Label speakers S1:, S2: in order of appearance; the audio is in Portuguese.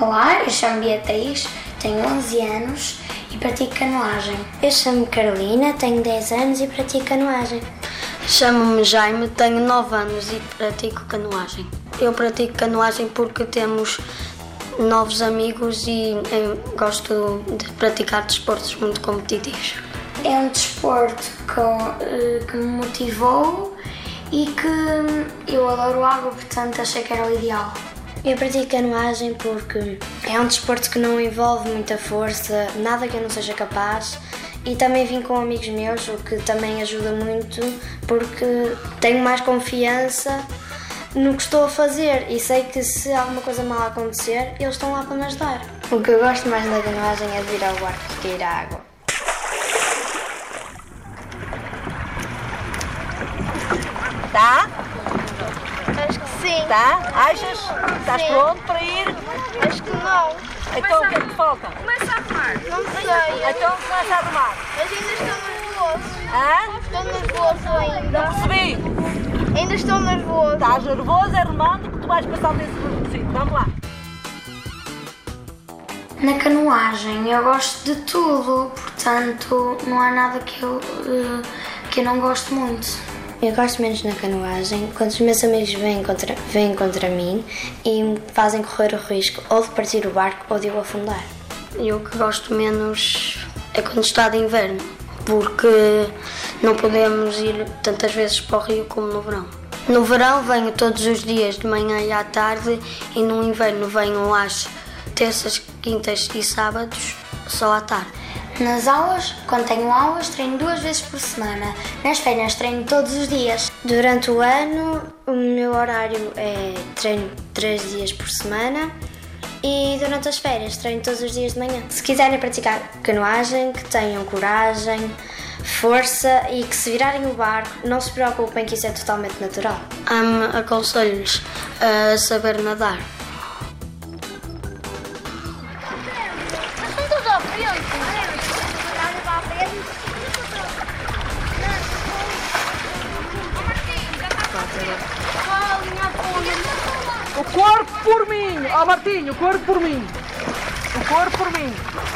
S1: Olá, eu chamo Beatriz, tenho 11 anos e pratico canoagem. Eu chamo Carolina, tenho 10 anos e pratico canoagem.
S2: Chamo-me Jaime, tenho 9 anos e pratico canoagem. Eu pratico canoagem porque temos novos amigos e eh, gosto de praticar desportos muito competitivos.
S1: É um desporto que, eh, que me motivou e que hum, eu adoro água, portanto achei que era o ideal.
S2: Eu pratico canoagem porque é um desporto que não envolve muita força, nada que eu não seja capaz. E também vim com amigos meus, o que também ajuda muito, porque tenho mais confiança no que estou a fazer e sei que se alguma coisa mal acontecer, eles estão lá para me ajudar. O que eu gosto mais da canoagem é de ir ao barco do que ir à água.
S3: Tá? Acho que sim. Tá? Achas? Estás pronto para ir?
S4: Acho que não.
S3: Então o que é que te falta?
S4: Começa a arrumar. Não sei.
S3: Então começa a arrumar.
S4: Mas ainda estou nervoso.
S3: Hã?
S4: Estou nervoso ainda.
S3: Percebi.
S4: Ainda estou nervoso.
S3: Estás nervoso, é arrumando que tu vais passar nesse requisito. Vamos lá.
S1: Na canoagem eu gosto de tudo, portanto não há nada que eu, eh, que eu não gosto muito.
S2: Eu gosto menos na canoagem quando os meus amigos vêm contra, vêm contra mim e me fazem correr o risco ou de partir o barco ou de eu afundar. Eu que gosto menos é quando está de inverno, porque não podemos ir tantas vezes para o rio como no verão. No verão venho todos os dias, de manhã e à tarde, e no inverno venho às terças, quintas e sábados, só à tarde.
S1: Nas aulas, quando tenho aulas, treino duas vezes por semana. Nas férias, treino todos os dias.
S2: Durante o ano, o meu horário é treino 3 dias por semana e durante as férias treino todos os dias de manhã. Se quiserem praticar canoagem, que tenham coragem, força e que se virarem o barco, não se preocupem que isso é totalmente natural. Aconselho-lhes a saber nadar.
S4: Mas não estou a frio. Nada para a frente.
S3: O corpo por mim. Ó Martinho, o corpo por mim. O corpo por mim.